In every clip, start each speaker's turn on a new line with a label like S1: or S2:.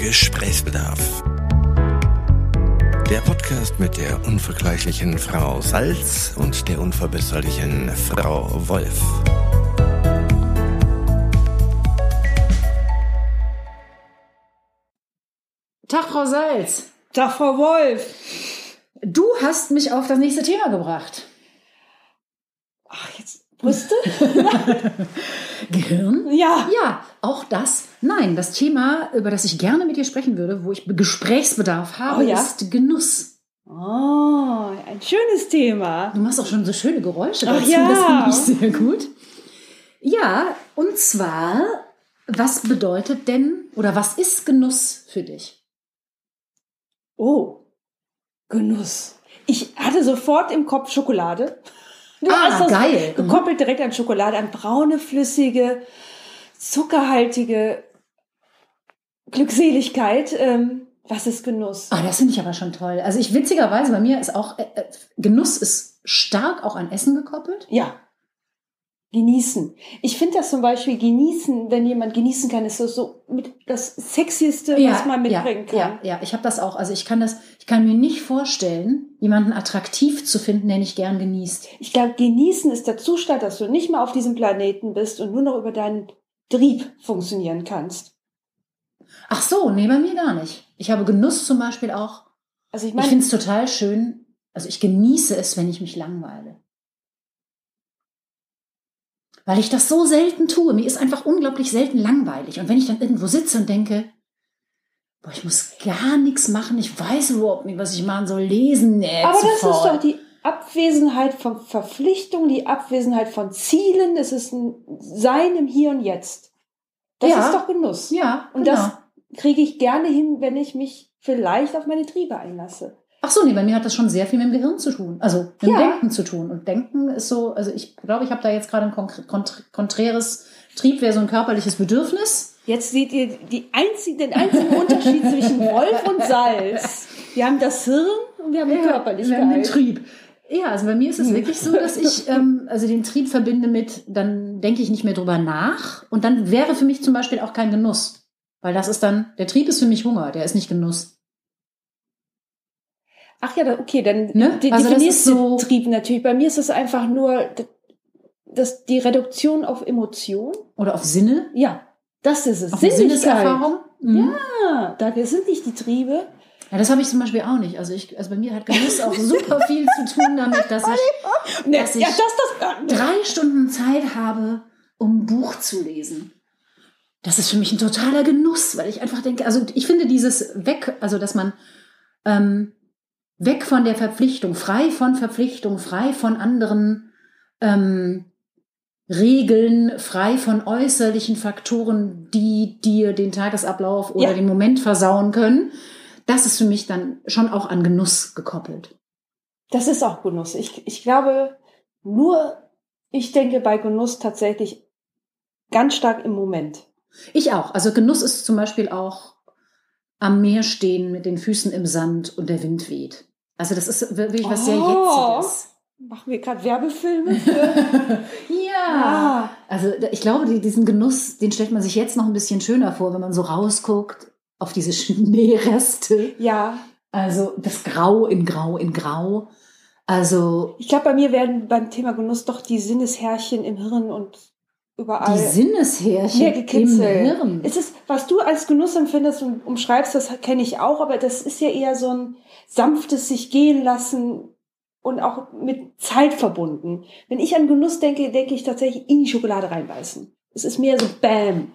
S1: Gesprächsbedarf. Der Podcast mit der unvergleichlichen Frau Salz und der unverbesserlichen Frau Wolf.
S2: Tag, Frau Salz.
S3: Tag, Frau Wolf.
S2: Du hast mich auf das nächste Thema gebracht.
S3: Ach, jetzt Brüste?
S2: Gehirn?
S3: ja.
S2: Ja, auch das. Nein, das Thema, über das ich gerne mit dir sprechen würde, wo ich Gesprächsbedarf habe,
S3: Oh ja?
S2: ist Genuss.
S3: Oh, ein schönes Thema.
S2: Du machst auch schon so schöne Geräusche
S3: Ach
S2: dazu,
S3: ja.
S2: das finde ich sehr gut. Ja, und zwar, was bedeutet denn oder was ist Genuss für dich?
S3: Oh, Genuss. Ich hatte sofort im Kopf Schokolade. Du
S2: Ah, geil.
S3: gekoppelt direkt an Schokolade, an braune, flüssige, zuckerhaltige Glückseligkeit. Ähm, was ist Genuss?
S2: Ah, das finde ich aber schon toll. Also ich witzigerweise, bei mir ist auch, äh, äh, Genuss ist stark auch an Essen gekoppelt.
S3: Ja. Genießen. Ich finde das zum Beispiel genießen, wenn jemand genießen kann, ist so, so mit das Sexieste, was man mitbringen
S2: ja,
S3: kann.
S2: Ja, ja, ich habe das auch. Also ich kann das, ich kann mir nicht vorstellen, jemanden attraktiv zu finden, der nicht gern genießt.
S3: Ich glaube, genießen ist der Zustand, dass du nicht mehr auf diesem Planeten bist und nur noch über deinen Trieb funktionieren kannst.
S2: Ach so, nee, bei mir gar nicht. Ich habe Genuss zum Beispiel auch.
S3: Also ich
S2: Ich
S3: meine,
S2: finde es total schön. Also ich genieße es, wenn ich mich langweile. Weil ich das so selten tue. Mir ist einfach unglaublich selten langweilig. Und wenn ich dann irgendwo sitze und denke, boah, ich muss gar nichts machen, ich weiß überhaupt nicht, was ich machen soll, lesen, äh, nee,
S3: aber
S2: zu
S3: das ist
S2: faul.
S3: doch die Abwesenheit von Verpflichtungen, die Abwesenheit von Zielen. Es ist ein Sein im Hier und Jetzt. Das
S2: Ja.
S3: ist doch Genuss.
S2: Ja,
S3: Und
S2: genau.
S3: das kriege ich gerne hin, wenn ich mich vielleicht auf meine Triebe einlasse.
S2: Ach so, nee, bei mir hat das schon sehr viel mit dem Gehirn zu tun. Also mit dem
S3: Ja.
S2: Denken zu tun. Und Denken ist so, also ich glaube, ich habe da jetzt gerade ein konkre- kontr konträres Trieb, wäre so ein körperliches Bedürfnis.
S3: Jetzt seht ihr die einzig, den einzigen Unterschied zwischen Wolf und Salz. Wir haben das Hirn und wir haben die Körperlichkeit. Hm.
S2: Wir haben den Trieb. Ja, also bei mir ist es wirklich so, dass ich ähm, also den Trieb verbinde mit, dann denke ich nicht mehr drüber nach. Und dann wäre für mich zum Beispiel auch kein Genuss. Weil das ist dann, der Trieb ist für mich Hunger, der ist nicht Genuss.
S3: Ach ja, da- okay, dann
S2: Ne?
S3: de
S2: Also das
S3: definierst
S2: ist so-
S3: du Trieb natürlich. Bei mir ist es einfach nur d- das, die Reduktion auf Emotion.
S2: Oder auf Sinne,
S3: Ja, das ist es.
S2: auf eine Sinneserfahrung. Mhm.
S3: Ja. Ah, da das sind nicht die Triebe.
S2: Ja, das habe ich zum Beispiel auch nicht. Also, ich, also bei mir hat Genuss auch super viel zu tun damit, dass ich
S3: Ne,
S2: Dass ich-
S3: ja, das, das. ah,
S2: drei Stunden Zeit habe, um ein Buch zu lesen. Das ist für mich ein totaler Genuss, weil ich einfach denke, also ich finde dieses weg, also dass man ähm, weg von der Verpflichtung, frei von Verpflichtung, frei von anderen ähm, Regeln, frei von äußerlichen Faktoren, die dir den Tagesablauf oder
S3: Ja.
S2: den Moment versauen können, das ist für mich dann schon auch an Genuss gekoppelt.
S3: das ist auch Genuss. Ich, ich glaube, nur, ich denke bei Genuss tatsächlich ganz stark im Moment.
S2: Ich auch. Also Genuss ist zum Beispiel auch am Meer stehen mit den Füßen im Sand und der Wind weht. Also das ist wirklich was sehr
S3: Oh.
S2: Jetziges.
S3: Machen wir gerade Werbefilme für.
S2: Ja.
S3: ah.
S2: Also da- ich glaube, die- diesen Genuss, den stellt man sich jetzt noch ein bisschen schöner vor, wenn man so rausguckt auf diese Schneereste.
S3: Ja,
S2: Also das Grau in Grau in Grau. Also
S3: ich glaube, bei mir werden beim Thema Genuss doch die Sinneshärchen im Hirn und überall.
S2: die Sinneshärchen
S3: Hier
S2: im
S3: gekitzelt.
S2: Hirn.
S3: Es ist, was du als Genuss empfindest und umschreibst, das kenne ich auch, aber das ist ja eher so ein sanftes sich gehen lassen und auch mit Zeit verbunden. Wenn ich an Genuss denke, denke ich tatsächlich in die Schokolade reinbeißen. Es ist mehr so Bam.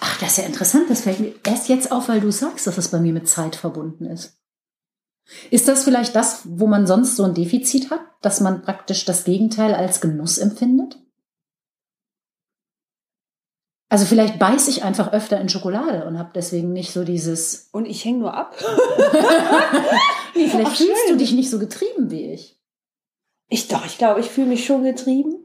S2: Ach, das ist ja interessant. Das fällt mir erst jetzt auf, weil du sagst, dass es bei mir mit Zeit verbunden ist. Ist das vielleicht das, wo man sonst so ein Defizit hat, dass man praktisch das Gegenteil als Genuss empfindet? Also vielleicht beiß ich einfach öfter in Schokolade und habe deswegen nicht so dieses.
S3: Und ich hänge nur ab.
S2: Nee, vielleicht
S3: Ach,
S2: fühlst du
S3: schön.
S2: dich nicht so getrieben wie ich.
S3: Ich doch, ich glaube, ich fühle mich schon getrieben.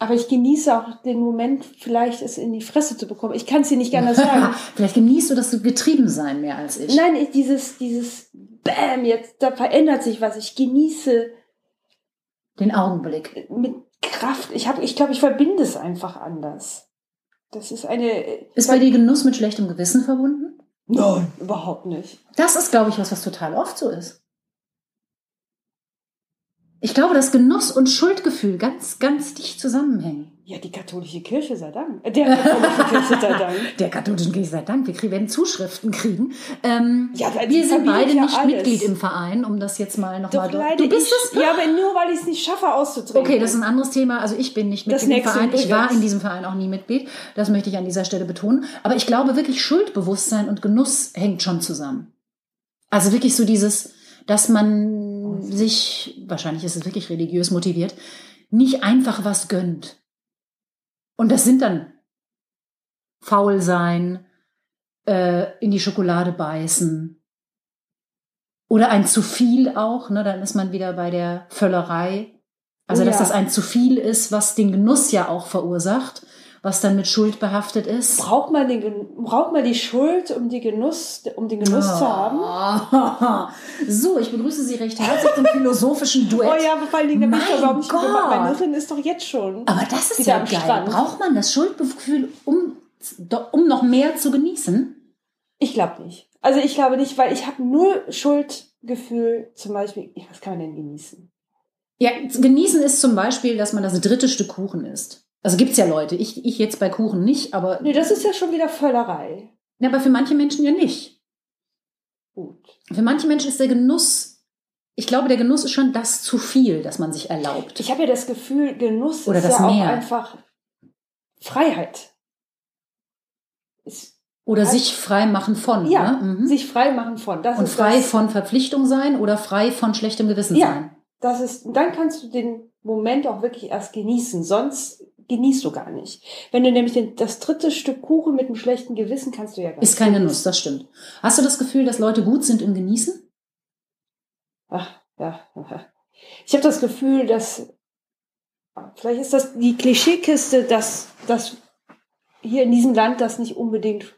S3: Aber ich genieße auch den Moment, vielleicht es in die Fresse zu bekommen. Ich kann es dir nicht anders sagen.
S2: vielleicht genießt du das getrieben sein mehr als ich.
S3: Nein, ich- dieses, dieses Bäm, jetzt, da verändert sich was. Ich genieße
S2: Den Augenblick.
S3: mit Kraft. Ich, hab- ich glaube, ich verbinde es einfach anders. Das ist eine.
S2: Ist bei dir Genuss mit schlechtem Gewissen verbunden?
S3: Nein, überhaupt nicht.
S2: Das ist, glaube ich, was, was total oft so ist. Ich glaube, dass Genuss und Schuldgefühl ganz, ganz dicht zusammenhängen.
S3: Ja, die katholische Kirche sei Dank. Äh, Der katholischen Kirche sei Dank.
S2: Der katholischen Kirche sei Dank, wir krieg- werden Zuschriften kriegen. Ähm,
S3: Ja, also
S2: wir sind
S3: verbiete
S2: beide
S3: ich ja
S2: nicht
S3: alles.
S2: Mitglied im Verein, um das jetzt mal nochmal...
S3: Doch leider
S2: Du bist es?
S3: ich, Ja, aber nur weil ich es nicht schaffe auszutreten.
S2: Okay, das ist ein anderes Thema. Also ich bin nicht
S3: Das
S2: Mitglied im
S3: nächste
S2: Verein. Ich war
S3: übrigens.
S2: in diesem Verein auch nie Mitglied. Das möchte ich an dieser Stelle betonen. Aber ich glaube wirklich, Schuldbewusstsein und Genuss hängt schon zusammen. Also wirklich so dieses, dass man sich, wahrscheinlich ist es wirklich religiös motiviert, nicht einfach was gönnt. Und das sind dann faul sein, äh, in die Schokolade beißen, oder ein zu viel auch, ne? dann ist man wieder bei der Völlerei. Also,
S3: Oh
S2: dass
S3: ja.
S2: das ein zu viel ist, was den Genuss ja auch verursacht, was dann mit Schuld behaftet ist.
S3: braucht man, den, Gen- braucht man die Schuld, um, die Genuss, um den Genuss
S2: Ah.
S3: zu
S2: Oh,
S3: haben?
S2: haben. So, ich begrüße Sie recht herzlich zum philosophischen Duett.
S3: Oh ja, aber vor allen Dingen, der
S2: Mein
S3: Richter, warum ich
S2: Gott.
S3: mein Hirn ist doch jetzt schon.
S2: Aber das ist
S3: Wieder
S2: ja
S3: am
S2: geil.
S3: Strand.
S2: Braucht man das Schuldgefühl, um, um noch mehr zu genießen?
S3: Ich glaube nicht. Also ich glaube nicht, weil ich habe null Schuldgefühl, zum Beispiel, ich- was kann man denn genießen?
S2: Ja, genießen ist zum Beispiel, dass man das dritte Stück Kuchen isst. Also gibt's ja Leute. Ich, ich jetzt bei Kuchen nicht, aber,
S3: Nee, das ist ja schon wieder Völlerei.
S2: ja, aber für manche Menschen ja nicht.
S3: Gut.
S2: Für manche Menschen ist der Genuss, ich glaube, der Genuss ist schon das zu viel, das man sich erlaubt.
S3: Ich habe ja das Gefühl, Genuss
S2: Oder
S3: ist
S2: das
S3: ja
S2: Meer.
S3: auch einfach Freiheit. Ist,
S2: Oder
S3: Also-
S2: sich frei machen von.
S3: ja,
S2: ne? Mhm.
S3: sich frei machen von. Das
S2: Und
S3: ist
S2: frei
S3: das,
S2: von Verpflichtung sein oder frei von schlechtem Gewissen
S3: Ja.
S2: sein.
S3: das ist, dann kannst du den Moment auch wirklich erst genießen, sonst genießt du gar nicht. Wenn du nämlich den, das dritte Stück Kuchen mit einem schlechten Gewissen kannst du ja gar
S2: Ist
S3: nicht.
S2: kein Genuss, das stimmt. Hast du das Gefühl, dass Leute gut sind im Genießen?
S3: Ach, ja. Ich habe das Gefühl, dass vielleicht ist das die Klischeekiste, dass, dass hier in diesem Land das nicht unbedingt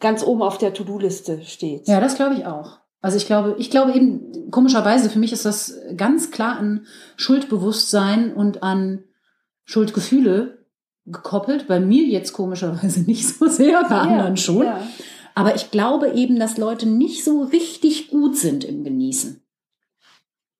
S3: ganz oben auf der To-Do-Liste steht.
S2: Ja, das glaube ich auch. Also ich glaube, ich glaube eben, komischerweise, für mich ist das ganz klar an Schuldbewusstsein und an Schuldgefühle gekoppelt. Bei mir jetzt komischerweise nicht so sehr, bei anderen schon.
S3: Ja.
S2: Aber ich glaube eben, dass Leute nicht so richtig gut sind im Genießen.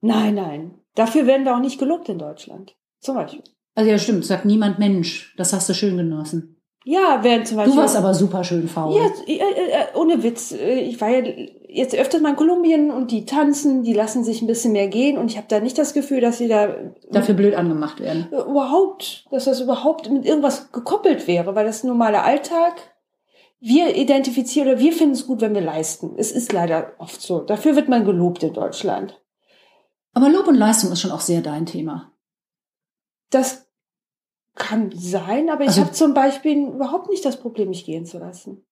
S3: Nein, nein. Dafür werden wir auch nicht gelobt in Deutschland. Zum Beispiel.
S2: Also ja, stimmt, sagt niemand Mensch, das hast du schön genossen.
S3: Ja, werden zum Beispiel.
S2: Du warst aber super schön faul.
S3: Ja, äh, äh, ohne Witz. Äh, Ich war ja jetzt öfters mal in Kolumbien und die tanzen, die lassen sich ein bisschen mehr gehen und ich habe da nicht das Gefühl, dass sie da
S2: Dafür blöd angemacht werden.
S3: Äh, überhaupt, dass das überhaupt mit irgendwas gekoppelt wäre, weil das normale Alltag, wir identifizieren oder wir finden es gut, wenn wir leisten. Es ist leider oft so. Dafür wird man gelobt in Deutschland.
S2: Aber Lob und Leistung ist schon auch sehr dein Thema.
S3: Das kann sein, aber ich
S2: Also-
S3: habe zum Beispiel überhaupt nicht das Problem, mich gehen zu lassen.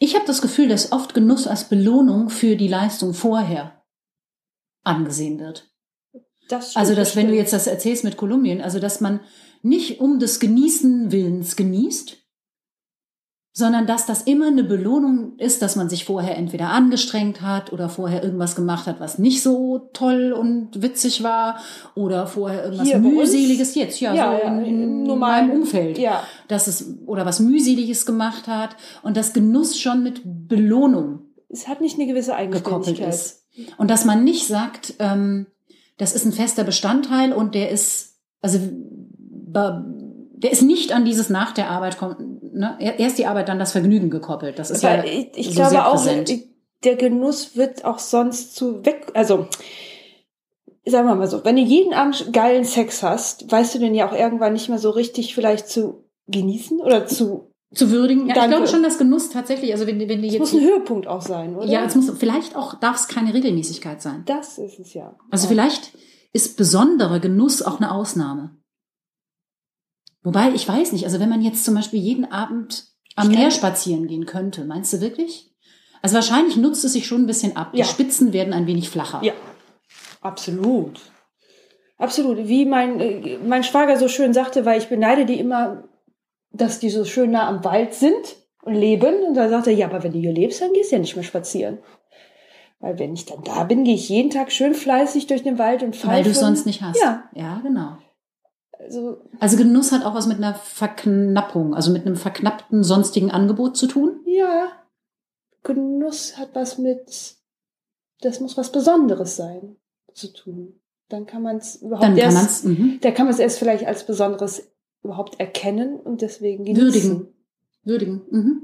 S2: Ich habe das Gefühl, dass oft Genuss als Belohnung für die Leistung vorher angesehen wird.
S3: Das stimmt,
S2: Also, dass wenn du
S3: stimmt.
S2: jetzt das erzählst mit Kolumbien, also dass man nicht um des Genießen Willens genießt, sondern dass das immer eine Belohnung ist, dass man sich vorher entweder angestrengt hat oder vorher irgendwas gemacht hat, was nicht so toll und witzig war oder vorher irgendwas
S3: Hier bei uns?
S2: mühseliges jetzt ja,
S3: Ja,
S2: so
S3: ja,
S2: in, in
S3: im normalen-
S2: normalen Umfeld,
S3: Ja.
S2: dass es oder was mühseliges gemacht hat und das Genuss schon mit Belohnung
S3: Es hat nicht eine gewisse
S2: gekoppelt
S3: Eigenständigkeit.
S2: ist. Und dass man nicht sagt, ähm, das ist ein fester Bestandteil und der ist, also ba- der ist nicht an dieses nach der Arbeit kommen, ne? Er- erst die Arbeit, dann das Vergnügen gekoppelt. Das ist
S3: Aber
S2: ja
S3: ich, ich
S2: so
S3: glaube
S2: sehr
S3: auch,
S2: präsent.
S3: der Genuss wird auch sonst zu weg. Also, sagen wir mal so, wenn du jeden Abend geilen Sex hast, weißt du den ja auch irgendwann nicht mehr so richtig vielleicht zu genießen oder zu.
S2: zu würdigen. Ja, ich
S3: Danke.
S2: glaube schon, dass Genuss tatsächlich, also wenn, wenn die
S3: Es muss
S2: jetzt.
S3: ein Höhepunkt auch sein, oder?
S2: Ja, es muss, vielleicht auch darf es keine Regelmäßigkeit sein.
S3: Das ist es ja.
S2: Also vielleicht ist besonderer Genuss auch eine Ausnahme. Wobei, ich weiß nicht, also wenn man jetzt zum Beispiel jeden Abend am
S3: Ich kann-
S2: Meer spazieren gehen könnte, meinst du wirklich? Also wahrscheinlich nutzt es sich schon ein bisschen ab.
S3: Ja.
S2: Die Spitzen werden ein wenig flacher.
S3: Ja, absolut. Absolut. Wie mein, äh, mein Schwager so schön sagte, weil ich beneide die immer, dass die so schön nah am Wald sind und leben. Und dann sagte er, ja, aber wenn du hier lebst, dann gehst du ja nicht mehr spazieren. Weil wenn ich dann da bin, gehe ich jeden Tag schön fleißig durch den Wald und pfeife.
S2: Weil du es sonst nicht hast.
S3: Ja.
S2: ja, genau.
S3: Also,
S2: Also Genuss hat auch was mit einer Verknappung, also mit einem verknappten sonstigen Angebot zu tun.
S3: ja, Genuss hat was mit, das muss was Besonderes sein, zu tun. Dann kann man es überhaupt
S2: Dann kann
S3: erst,
S2: man es mhm,
S3: da kann man es erst vielleicht als Besonderes überhaupt erkennen und deswegen genießen.
S2: würdigen. Würdigen. Mhm.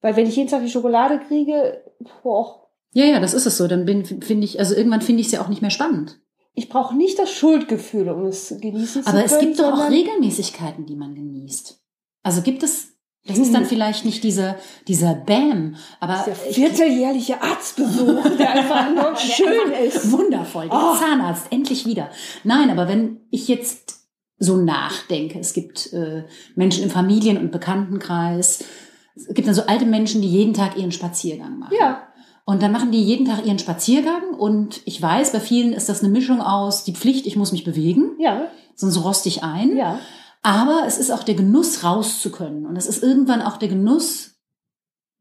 S3: Weil wenn ich jeden Tag die Schokolade kriege, boah,
S2: Ja, ja, das ist es so. Dann bin finde ich, also irgendwann finde ich es ja auch nicht mehr spannend.
S3: ich brauche nicht das Schuldgefühl, um es genießen zu
S2: Aber
S3: können.
S2: es gibt doch auch
S3: sondern-
S2: Regelmäßigkeiten, die man genießt. Also gibt es, das ist
S3: Hm.
S2: dann vielleicht nicht diese, dieser Bam, aber
S3: Der vierteljährliche Arztbesuch, der einfach nur schön ist.
S2: Wundervoll, der
S3: Oh.
S2: Zahnarzt, endlich wieder. Nein, aber wenn ich jetzt so nachdenke, es gibt äh, Menschen im Familien- und Bekanntenkreis, es gibt dann so alte Menschen, die jeden Tag ihren Spaziergang machen.
S3: Ja,
S2: Und dann machen die jeden Tag ihren Spaziergang und ich weiß, bei vielen ist das eine Mischung aus die Pflicht, ich muss mich bewegen,
S3: ja,
S2: sonst roste ich ein.
S3: ja.
S2: Aber es ist auch der Genuss, raus zu können. Und es ist irgendwann auch der Genuss,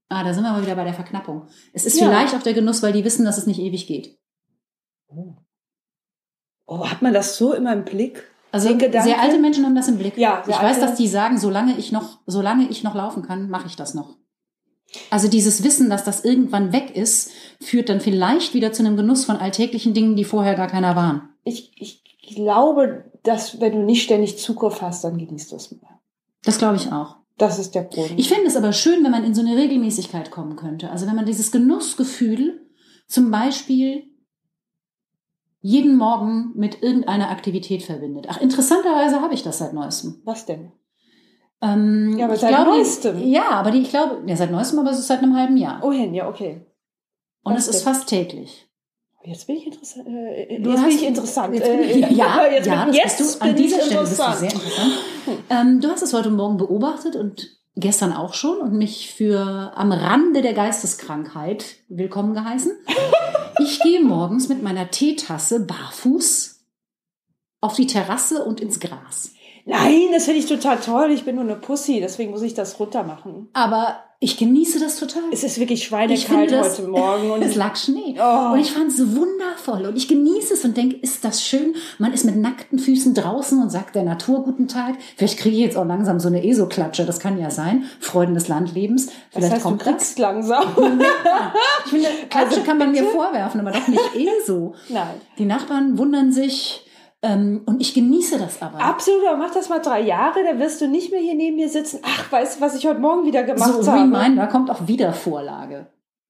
S2: ah, da sind wir mal wieder bei der Verknappung. Es ist
S3: Ja.
S2: vielleicht auch der Genuss, weil die wissen, dass es nicht ewig geht.
S3: Oh, hat man das so immer im Blick?
S2: Also
S3: Den Gedanken-
S2: sehr alte Menschen haben das im Blick.
S3: Ja, sehr
S2: ich weiß,
S3: alte-
S2: dass die sagen, solange ich noch, solange ich noch laufen kann, mache ich das noch. Also dieses Wissen, dass das irgendwann weg ist, führt dann vielleicht wieder zu einem Genuss von alltäglichen Dingen, die vorher gar keiner waren.
S3: Ich, ich glaube, dass wenn du nicht ständig Zugriff hast, dann genießt du es mehr.
S2: Das glaube ich auch.
S3: Das ist der Grund.
S2: Ich fände es aber schön, wenn man in so eine Regelmäßigkeit kommen könnte. Also wenn man dieses Genussgefühl zum Beispiel jeden Morgen mit irgendeiner Aktivität verbindet. Ach, interessanterweise habe ich das seit neuestem.
S3: Was denn?
S2: Ähm,
S3: Ja, aber
S2: ich
S3: seit
S2: glaube,
S3: neuestem.
S2: Ja, aber die, ich glaube, ja, seit neuestem, aber es ist seit einem halben Jahr.
S3: Ohin, Oh, ja, okay.
S2: Und
S3: was
S2: es ist
S3: denn?
S2: fast täglich.
S3: Jetzt bin ich interessant. Äh,
S2: Du
S3: jetzt
S2: hast-
S3: bin ich interessant.
S2: Jetzt bin ich,
S3: Äh,
S2: ja,
S3: jetzt
S2: ja,
S3: bin,
S2: das
S3: jetzt
S2: bist du.
S3: bin
S2: An dieser
S3: ich
S2: Stelle bist du
S3: interessant.
S2: sehr interessant. Ähm, du hast es heute Morgen beobachtet und gestern auch schon und mich für am Rande der Geisteskrankheit willkommen geheißen. Ich gehe morgens mit meiner Teetasse barfuß auf die Terrasse und ins Gras.
S3: Nein, das finde ich total toll. Ich bin nur eine Pussy, deswegen muss ich das runter machen.
S2: Aber ich genieße das total.
S3: Es ist wirklich
S2: Ich finde
S3: schweinekalt
S2: das-
S3: heute Morgen. Und
S2: es lag Schnee.
S3: Oh.
S2: Und ich fand es wundervoll. Und ich genieße es und denke, ist das schön? Man ist mit nackten Füßen draußen und sagt der Natur guten Tag. Vielleicht kriege ich jetzt auch langsam so eine ESO-Klatsche. Das kann ja sein. Freuden des Landlebens.
S3: das
S2: Vielleicht
S3: heißt, du
S2: kommt das.
S3: kriegst langsam. Also,
S2: Ich finde, also- Klatsche kann man mir vorwerfen, aber doch nicht ESO.
S3: Nein.
S2: Die Nachbarn wundern sich. Ähm, und ich genieße das aber.
S3: Absolut, aber mach das mal drei Jahre, dann wirst du nicht mehr hier neben mir sitzen. Ach, weißt du, was ich heute Morgen wieder gemacht
S2: so,
S3: habe?
S2: Reminder kommt auch Wiedervorlage.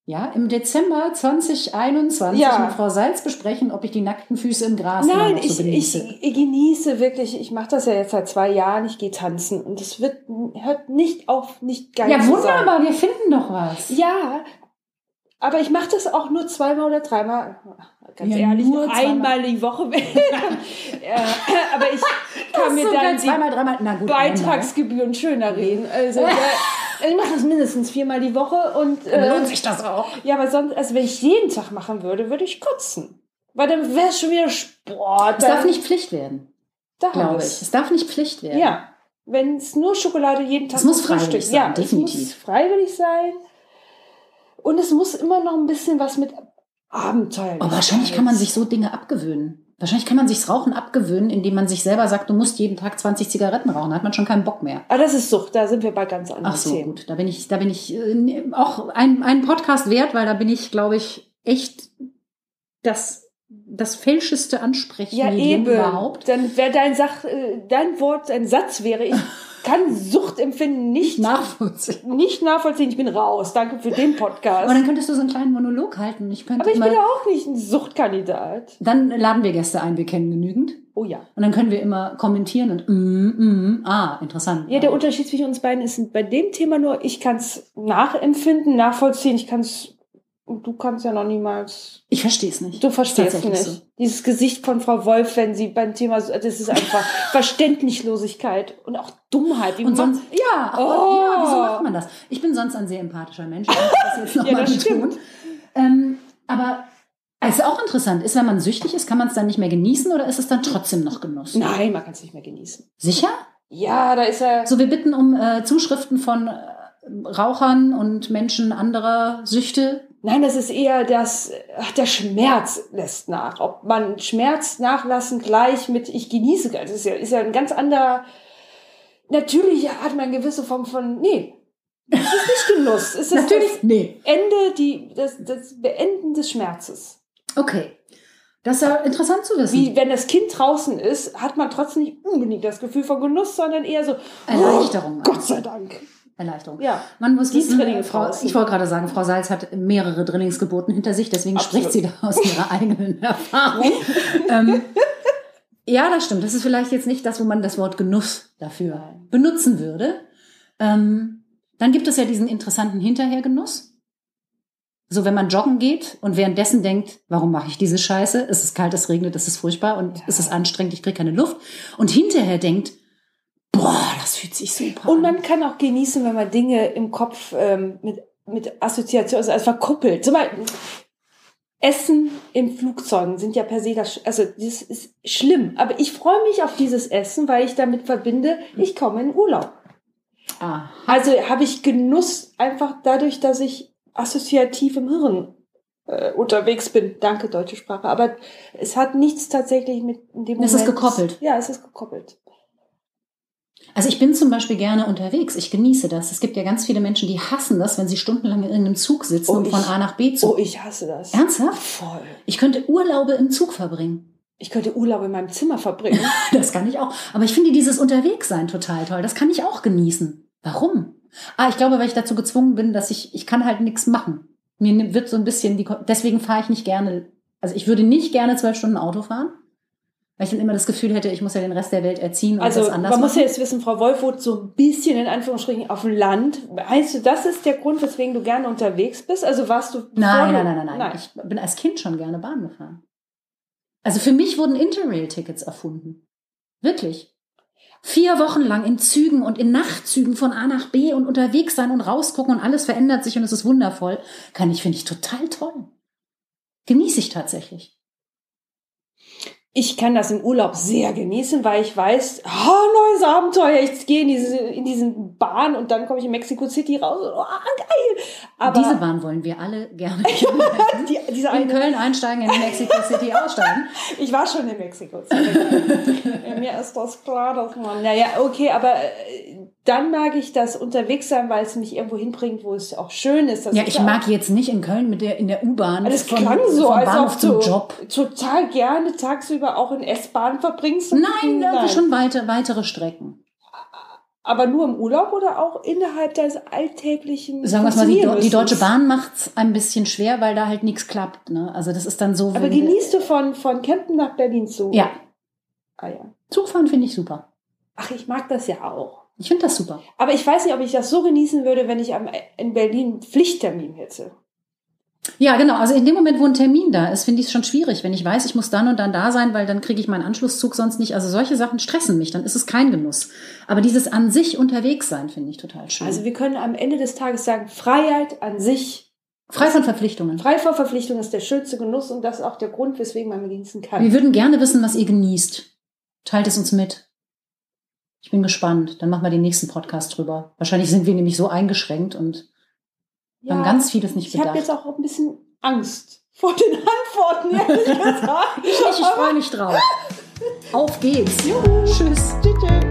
S2: Ja, im Dezember 2021
S3: Ja.
S2: mit Frau Salz besprechen, ob ich die nackten Füße im Gras immer
S3: Nein,
S2: noch
S3: ich,
S2: so
S3: ich,
S2: genieße.
S3: ich genieße wirklich, ich mache das ja jetzt seit zwei Jahren, ich gehe tanzen und es wird, hört nicht auf, nicht geil
S2: ja,
S3: zu sein.
S2: wunderbar, wir finden doch was.
S3: Ja, aber ich mache das auch nur zweimal oder dreimal, ganz
S2: Ja,
S3: ehrlich,
S2: nur zweimal.
S3: einmal die Woche. Äh, aber ich kann mir
S2: Sogar
S3: dann die
S2: zweimal, dreimal, na gut. ne?
S3: Beitragsgebühren schöner reden. Also, äh, ich mache das mindestens viermal die Woche und...
S2: einmal. Dann
S3: äh,
S2: lohnt sich das auch.
S3: Ja, aber sonst, also wenn ich jeden Tag machen würde, würde ich kotzen. Weil dann wäre es schon wieder Sport.
S2: Es darf nicht Pflicht werden,
S3: da
S2: glaube ich.
S3: ist.
S2: Es darf nicht Pflicht werden.
S3: Ja. Wenn es nur Schokolade jeden Tag
S2: Es muss
S3: zum Frühstück-
S2: freiwillig sein,
S3: ja,
S2: definitiv.
S3: Es muss freiwillig sein. Und es muss immer noch ein bisschen was mit Abenteuer.
S2: Aber Oh, wahrscheinlich kann man sich so Dinge abgewöhnen. Wahrscheinlich kann man sich's Rauchen abgewöhnen, indem man sich selber sagt, du musst jeden Tag 20 Zigaretten rauchen. Da hat man schon keinen Bock mehr.
S3: Ah, das ist Sucht, da sind wir bei ganz anderen
S2: Ach so,
S3: Themen.
S2: gut. Da bin ich, da bin ich äh, auch ein, einen Podcast wert, weil da bin ich, glaube ich, echt das, das fälscheste
S3: Ja,
S2: Ansprechmedium
S3: eben.
S2: überhaupt.
S3: Dann wäre dein Sach, äh, dein Wort, dein Satz wäre, ich kann Suchtempfinden nicht,
S2: Nachvollziehen.
S3: nicht nachvollziehen. Ich bin raus. Danke für den Podcast.
S2: Aber dann könntest du so einen kleinen Monolog halten. Ich könnte
S3: Aber ich
S2: mal,
S3: bin ja auch nicht ein Suchtkandidat.
S2: Dann laden wir Gäste ein, wir kennen genügend.
S3: Oh ja.
S2: Und dann können wir immer kommentieren und mm, mm, ah, interessant.
S3: Ja, der Unterschied zwischen uns beiden ist bei dem Thema nur, ich kann es nachempfinden, nachvollziehen, ich kann es, und du kannst ja noch niemals,
S2: ich verstehe es nicht.
S3: du verstehst es
S2: Tatsächlich
S3: nicht.
S2: so.
S3: Dieses Gesicht von Frau Wolf, wenn sie beim Thema, so- das ist einfach Verständlichlosigkeit und auch Dummheit. Wie
S2: Und
S3: man-
S2: sonst, ja, oh.
S3: Oh.
S2: ja, wieso macht man das? Ich bin sonst ein sehr empathischer Mensch. Ich muss das jetzt noch
S3: Ja,
S2: mal
S3: das
S2: betonen. Ähm, aber es ist auch interessant, ist, wenn man süchtig ist, kann man es dann nicht mehr genießen oder ist es dann trotzdem noch Genuss?
S3: Nein, man kann es nicht mehr genießen.
S2: Sicher?
S3: Ja, da ist er,
S2: So, wir bitten um äh, Zuschriften von äh, Rauchern und Menschen anderer Süchte,
S3: Nein, das ist eher das, ach, der Schmerz lässt nach. Ob man Schmerz nachlassen gleich mit ich genieße, das ist ja, ist ja ein ganz anderer. Natürlich hat man eine gewisse Form von, nee, es ist nicht Genuss. Es ist
S2: Natürlich,
S3: das
S2: nee.
S3: Ende, die, das, das Beenden des Schmerzes.
S2: Okay. Das ist ja interessant zu wissen.
S3: Wie wenn das Kind draußen ist, hat man trotzdem nicht unbedingt das Gefühl von Genuss, sondern eher so
S2: Erleichterung.
S3: Oh, Gott sei Dank.
S2: Erleichterung.
S3: Ja.
S2: Man muss
S3: Die
S2: wissen,
S3: Drillinge
S2: Frau,
S3: draußen.
S2: ich wollte gerade sagen, Frau Salz hat mehrere Drillingsgeburten hinter sich, deswegen
S3: Absolut.
S2: spricht sie da aus ihrer eigenen Erfahrung. ähm, ja, das stimmt. Das ist vielleicht jetzt nicht das, wo man das Wort Genuss dafür
S3: Nein.
S2: benutzen würde. Ähm, dann gibt es ja diesen interessanten Hinterhergenuss. So, wenn man joggen geht und währenddessen denkt, warum mache ich diese Scheiße? Es ist kalt, es regnet, es ist furchtbar und
S3: Ja.
S2: es ist anstrengend, ich kriege keine Luft. Und hinterher denkt, boah, das fühlt sich super
S3: Und
S2: an.
S3: man kann auch genießen, wenn man Dinge im Kopf ähm, mit, mit Assoziation, also verkuppelt. Zum Beispiel Essen im Flugzeug sind ja per se das, Sch- also das ist schlimm. Aber ich freue mich auf dieses Essen, weil ich damit verbinde, ich komme in Urlaub.
S2: Ah.
S3: Also habe ich Genuss einfach dadurch, dass ich assoziativ im Hirn äh, unterwegs bin. Danke, deutsche Sprache. Aber es hat nichts tatsächlich mit dem Moment.
S2: Es ist gekoppelt.
S3: Ja, es ist gekoppelt.
S2: Also ich bin zum Beispiel gerne unterwegs. Ich genieße das. Es gibt ja ganz viele Menschen, die hassen das, wenn sie stundenlang in irgendeinem Zug sitzen,
S3: Oh,
S2: um von
S3: ich-
S2: A nach B zu.
S3: Oh, ich hasse das.
S2: Ernsthaft?
S3: Voll.
S2: Ich könnte Urlaube im Zug verbringen.
S3: Ich könnte Urlaub in meinem Zimmer verbringen.
S2: Das kann ich auch. Aber ich finde dieses Unterwegssein total toll. Das kann ich auch genießen. Warum? Ah, ich glaube, weil ich dazu gezwungen bin, dass ich, ich kann halt nichts machen. Mir nimmt- wird so ein bisschen die, Ko- deswegen fahre ich nicht gerne, also ich würde nicht gerne zwölf Stunden Auto fahren, weil ich dann immer das Gefühl hätte, ich muss ja den Rest der Welt erziehen und
S3: Also
S2: das
S3: man
S2: anders
S3: muss
S2: machen.
S3: ja jetzt wissen, Frau Wolf wohnt so ein bisschen in Anführungsstrichen auf dem Land. Heißt du, das ist der Grund, weswegen du gerne unterwegs bist? Also warst du
S2: Nein,
S3: bevor du-
S2: nein, nein, nein, nein, Ich bin als Kind schon gerne Bahn gefahren. Also für mich wurden Interrail-Tickets erfunden. Wirklich. Vier Wochen lang in Zügen und in Nachtzügen von A nach B und unterwegs sein und rausgucken und alles verändert sich und es ist wundervoll. Kann ich, finde ich, total toll. Genieße ich tatsächlich.
S3: Ich kann das im Urlaub sehr genießen, weil ich weiß, oh, neues Abenteuer, ich gehe in diese in diesen Bahn und dann komme ich in Mexico City raus. und, Oh, geil. Aber
S2: Diese Bahn wollen wir alle gerne.
S3: die, diese
S2: in
S3: eine,
S2: Köln einsteigen, in Mexico City aussteigen.
S3: ich war schon in Mexiko City. Ja, Mir ist das klar, dass man. Naja, okay, aber äh, dann mag ich das unterwegs sein, weil es mich irgendwo hinbringt, wo es auch schön ist. Das
S2: Ja,
S3: ist
S2: ich mag jetzt nicht in Köln mit der, in der U-Bahn.
S3: Das
S2: vom-
S3: klang so,
S2: vom
S3: als
S2: Bahnhof
S3: ob
S2: zum
S3: du
S2: Job.
S3: total gerne tagsüber auch in S-Bahn verbringst. und-
S2: Nein, Nein. schon weite, weitere Strecken.
S3: Aber nur im Urlaub oder auch innerhalb deines alltäglichen
S2: Sagen wir es mal, die,
S3: Funktionierens?
S2: die Deutsche Bahn macht's ein bisschen schwer, weil da halt nichts klappt. Ne? Also das ist dann so.
S3: Aber
S2: wenn-
S3: genießt du von, von Kempten nach Berlin zu?
S2: Ja,
S3: Ah, ja.
S2: Zugfahren finde ich super.
S3: Ach, ich mag das ja auch.
S2: Ich finde das super.
S3: Aber ich weiß nicht, ob ich das so genießen würde, wenn ich am, äh, in Berlin einen Pflichttermin hätte.
S2: Ja, genau. Also in dem Moment, wo ein Termin da ist, finde ich es schon schwierig, wenn ich weiß, ich muss dann und dann da sein, weil dann kriege ich meinen Anschlusszug sonst nicht. Also solche Sachen stressen mich, dann ist es kein Genuss. Aber dieses an sich unterwegs sein finde ich total schön.
S3: Also
S2: Also
S3: wir können am Ende des Tages sagen, Freiheit an sich,
S2: frei von Verpflichtungen.
S3: frei vor Verpflichtung ist der schönste Genuss und das ist auch der Grund, weswegen man genießen kann.
S2: Wir würden gerne wissen, was ihr genießt. Teilt es uns mit. Ich bin gespannt. Dann machen wir den nächsten Podcast drüber. Wahrscheinlich sind wir nämlich so eingeschränkt und
S3: Ja.
S2: haben ganz vieles nicht
S3: Ich habe
S2: bedacht.
S3: jetzt auch ein bisschen Angst vor den Antworten, ehrlich gesagt.
S2: Ich freue mich drauf. Auf geht's.
S3: Juhu.
S2: Tschüss.
S3: Tschüss. tschüss.